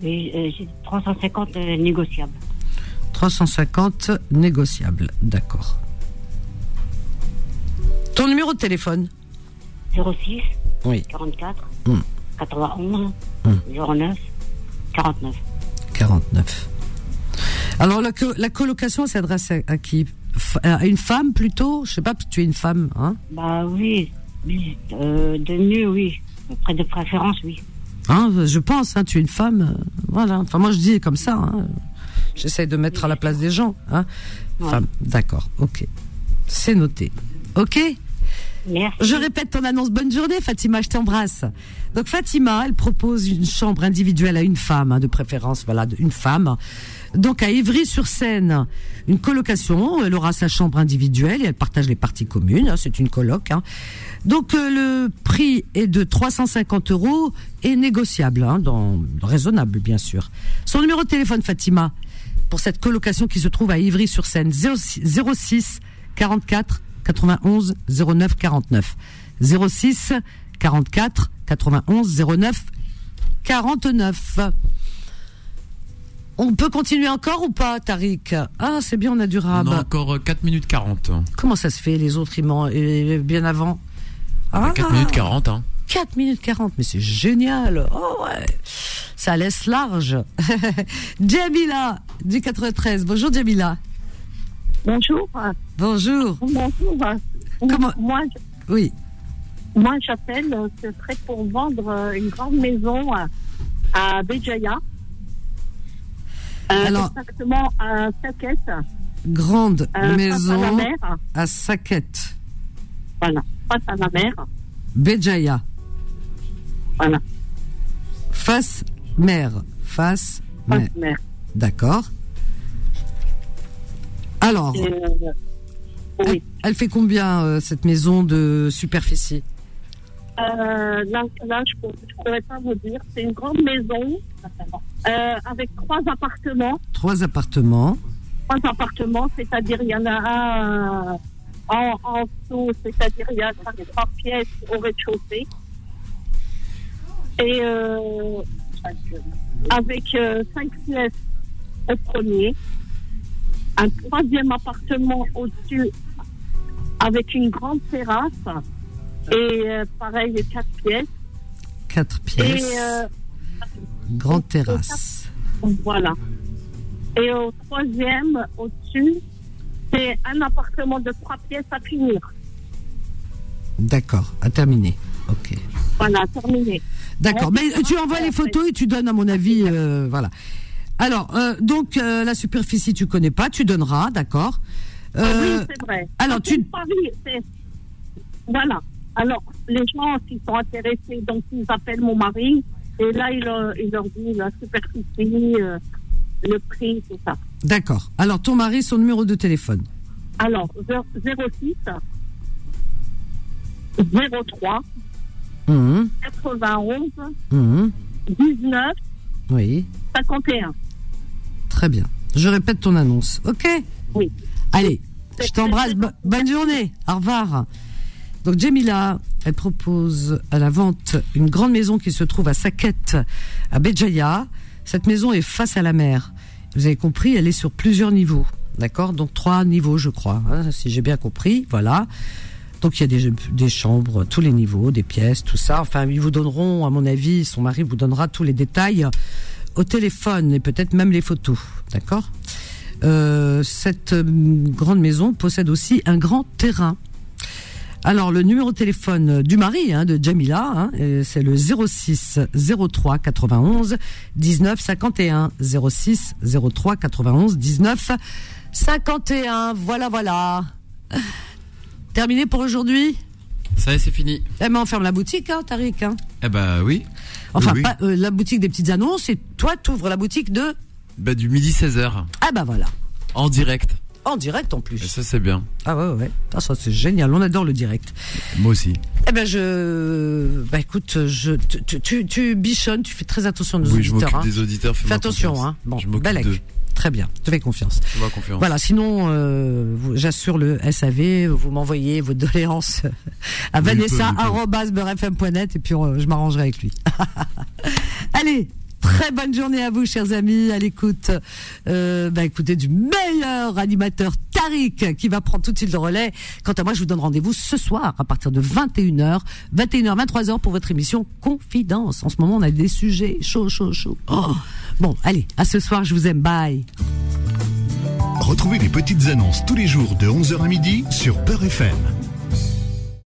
Speaker 11: Et, euh, c'est 350 euh, négociable.
Speaker 2: 350 négociables. D'accord. Ton numéro de téléphone
Speaker 11: 06
Speaker 2: Oui.
Speaker 11: 44
Speaker 2: Hmm.
Speaker 11: 91
Speaker 2: Hmm.
Speaker 11: 09 49.
Speaker 2: 49. Alors, la, co- la colocation s'adresse à, à qui F- À une femme plutôt Je sais pas, parce que tu es une femme. Hein
Speaker 11: Bah oui, oui, euh, de mieux, oui. Près de préférence, oui.
Speaker 2: Hein, je pense, hein, tu es une femme. euh, Voilà. Enfin, moi, je dis comme ça. hein. J'essaie de mettre à la place des gens. Hein.
Speaker 11: Ouais.
Speaker 2: Femme, d'accord, ok. C'est noté. Ok
Speaker 11: Merci.
Speaker 2: Je répète ton annonce. Bonne journée, Fatima, je t'embrasse. Donc, Fatima, elle propose une chambre individuelle à une femme, hein, de préférence, voilà, de- une femme. Donc, à Ivry-sur-Seine, une colocation. Elle aura sa chambre individuelle et elle partage les parties communes. hein, C'est une coloc. hein. Donc, euh, le prix est de 350 euros et négociable, hein, dans, raisonnable, bien sûr. Son numéro de téléphone, Fatima, pour cette colocation qui se trouve à Ivry-sur-Seine, 06 44 91 09 49. 06 44 91 09 49. On peut continuer encore ou pas, Tariq Ah, c'est bien, on a du rab.
Speaker 9: On a encore euh, 4 minutes hein. 40.
Speaker 2: Comment ça se fait, les autres, ils m'en- euh, bien avant Ah.
Speaker 9: On a 4 Bah, minutes 40, hein.
Speaker 2: 4 minutes 40, mais c'est génial. Oh ouais, ça laisse large. Jamila du 93. Bonjour Jamila.
Speaker 12: Bonjour.
Speaker 2: Bonjour.
Speaker 12: Bonjour. Moi,
Speaker 2: je- Oui.
Speaker 12: moi j'appelle, euh, ce serait pour vendre euh, une grande maison à, à Béjaïa. Euh,
Speaker 2: Alors-
Speaker 12: exactement à Saquette.
Speaker 2: Grande
Speaker 12: Euh,
Speaker 2: maison
Speaker 12: face à la mer.
Speaker 2: à Saquette,
Speaker 12: Voilà, face à la mer.
Speaker 2: Béjaïa.
Speaker 12: Voilà.
Speaker 2: Face mer. Face
Speaker 12: Face
Speaker 2: mer.
Speaker 12: mer.
Speaker 2: D'accord. Alors,
Speaker 12: Et, euh,
Speaker 2: elle, elle fait combien euh, cette maison de superficie
Speaker 12: euh, là, là, je ne pourrais pas vous dire. C'est une grande maison euh, avec trois appartements.
Speaker 2: Trois appartements.
Speaker 12: trois appartements, c'est-à-dire il y en a un euh, en, en dessous, c'est-à-dire il y a cinq- trois pièces au rez-de-chaussée. Et euh, avec euh, cinq pièces au premier, un troisième appartement au-dessus avec une grande terrasse et euh, pareil quatre pièces.
Speaker 2: Quatre pièces.
Speaker 12: Et euh,
Speaker 2: Grande terrasse.
Speaker 12: voilà. Et au troisième, au-dessus, c'est un appartement de trois pièces à finir.
Speaker 2: D'accord, à terminer. Ok.
Speaker 12: Voilà, terminé.
Speaker 2: D'accord.
Speaker 12: Ouais,
Speaker 2: Mais tu envoies les photos et tu donnes, à mon avis, euh, voilà. Alors, euh, donc euh, la superficie, tu connais pas, tu donneras, d'accord. Euh,
Speaker 12: oui, c'est vrai.
Speaker 2: alors,
Speaker 12: C'est
Speaker 2: tu-
Speaker 12: une Paris, c'est- Voilà. Alors, les gens qui sont intéressés, donc ils appellent mon mari. Et là, il, euh, il leur dit la superficie, euh, le prix, tout ça.
Speaker 2: D'accord. Alors, ton mari, son numéro de téléphone.
Speaker 12: Alors, 06 03
Speaker 2: Hum,
Speaker 12: 91
Speaker 2: hum,
Speaker 12: 19
Speaker 2: Oui,
Speaker 12: 51.
Speaker 2: très bien. Je répète ton annonce, ok
Speaker 12: Oui.
Speaker 2: Allez, je t'embrasse. bo- bonne journée. Au revoir. Donc Jamila, elle propose à la vente une grande maison qui se trouve à Saquette, à Béjaïa. Cette maison est face à la mer. Vous avez compris, elle est sur plusieurs niveaux. D'accord Donc trois niveaux, je crois, hein, si j'ai bien compris. Voilà. Donc il y a des, des chambres, tous les niveaux, des pièces, tout ça. Enfin, ils vous donneront, à mon avis, son mari vous donnera tous les détails au téléphone et peut-être même les photos. D'accord Euh, Cette euh, grande maison possède aussi un grand terrain. Alors, le numéro de téléphone du mari, hein, de Jamila, hein, euh, c'est le 06 03 91 19 51. 06 03 91 19 51. Voilà, voilà. Terminé pour aujourd'hui
Speaker 9: Ça y est, c'est fini.
Speaker 2: Eh ben, on ferme la boutique, hein, Tariq. hein.
Speaker 9: Eh bah oui.
Speaker 2: Enfin,
Speaker 9: Oui, oui.
Speaker 2: pas, euh, la boutique des petites annonces, et toi, t'ouvres la boutique de...
Speaker 9: Bah, du midi 16h.
Speaker 2: Ah bah voilà,
Speaker 9: En direct.
Speaker 2: en direct en plus.
Speaker 9: Et ça, c'est bien.
Speaker 2: Ah ouais, ouais, ouais. Ah, ça c'est génial, on adore le direct.
Speaker 9: Moi aussi.
Speaker 2: Eh ben je, bah écoute, je, tu, tu, tu, tu bichonnes, tu fais très attention aux
Speaker 9: Oui, je
Speaker 2: auditeurs.
Speaker 9: m'occupe
Speaker 2: hein.
Speaker 9: des auditeurs.
Speaker 2: Fais
Speaker 9: fais-moi
Speaker 2: attention,
Speaker 9: confiance.
Speaker 2: hein. Bon,
Speaker 9: je m'occupe
Speaker 2: Balek.
Speaker 9: d'eux.
Speaker 2: Très bien, je te fais confiance.
Speaker 9: Fais-moi confiance.
Speaker 2: Voilà, sinon, euh, vous- j'assure le SAV, vous m'envoyez vos doléances à
Speaker 9: Oui, il peut, il peut.
Speaker 2: vanessa.beurrefm.net et puis euh, je m'arrangerai avec lui. Allez, très bonne journée à vous, chers amis, à l'écoute euh, bah, écoutez, du meilleur animateur Tariq qui va prendre tout de suite le relais. Quant à moi, je vous donne rendez-vous ce soir à partir de 21h, 21h, 23h pour votre émission Confidence. En ce moment, on a des sujets chauds, chauds, chauds. Oh. Bon, allez, à ce soir, je vous aime, bye.
Speaker 1: Retrouvez les petites annonces tous les jours de 11h à midi sur Peur FM.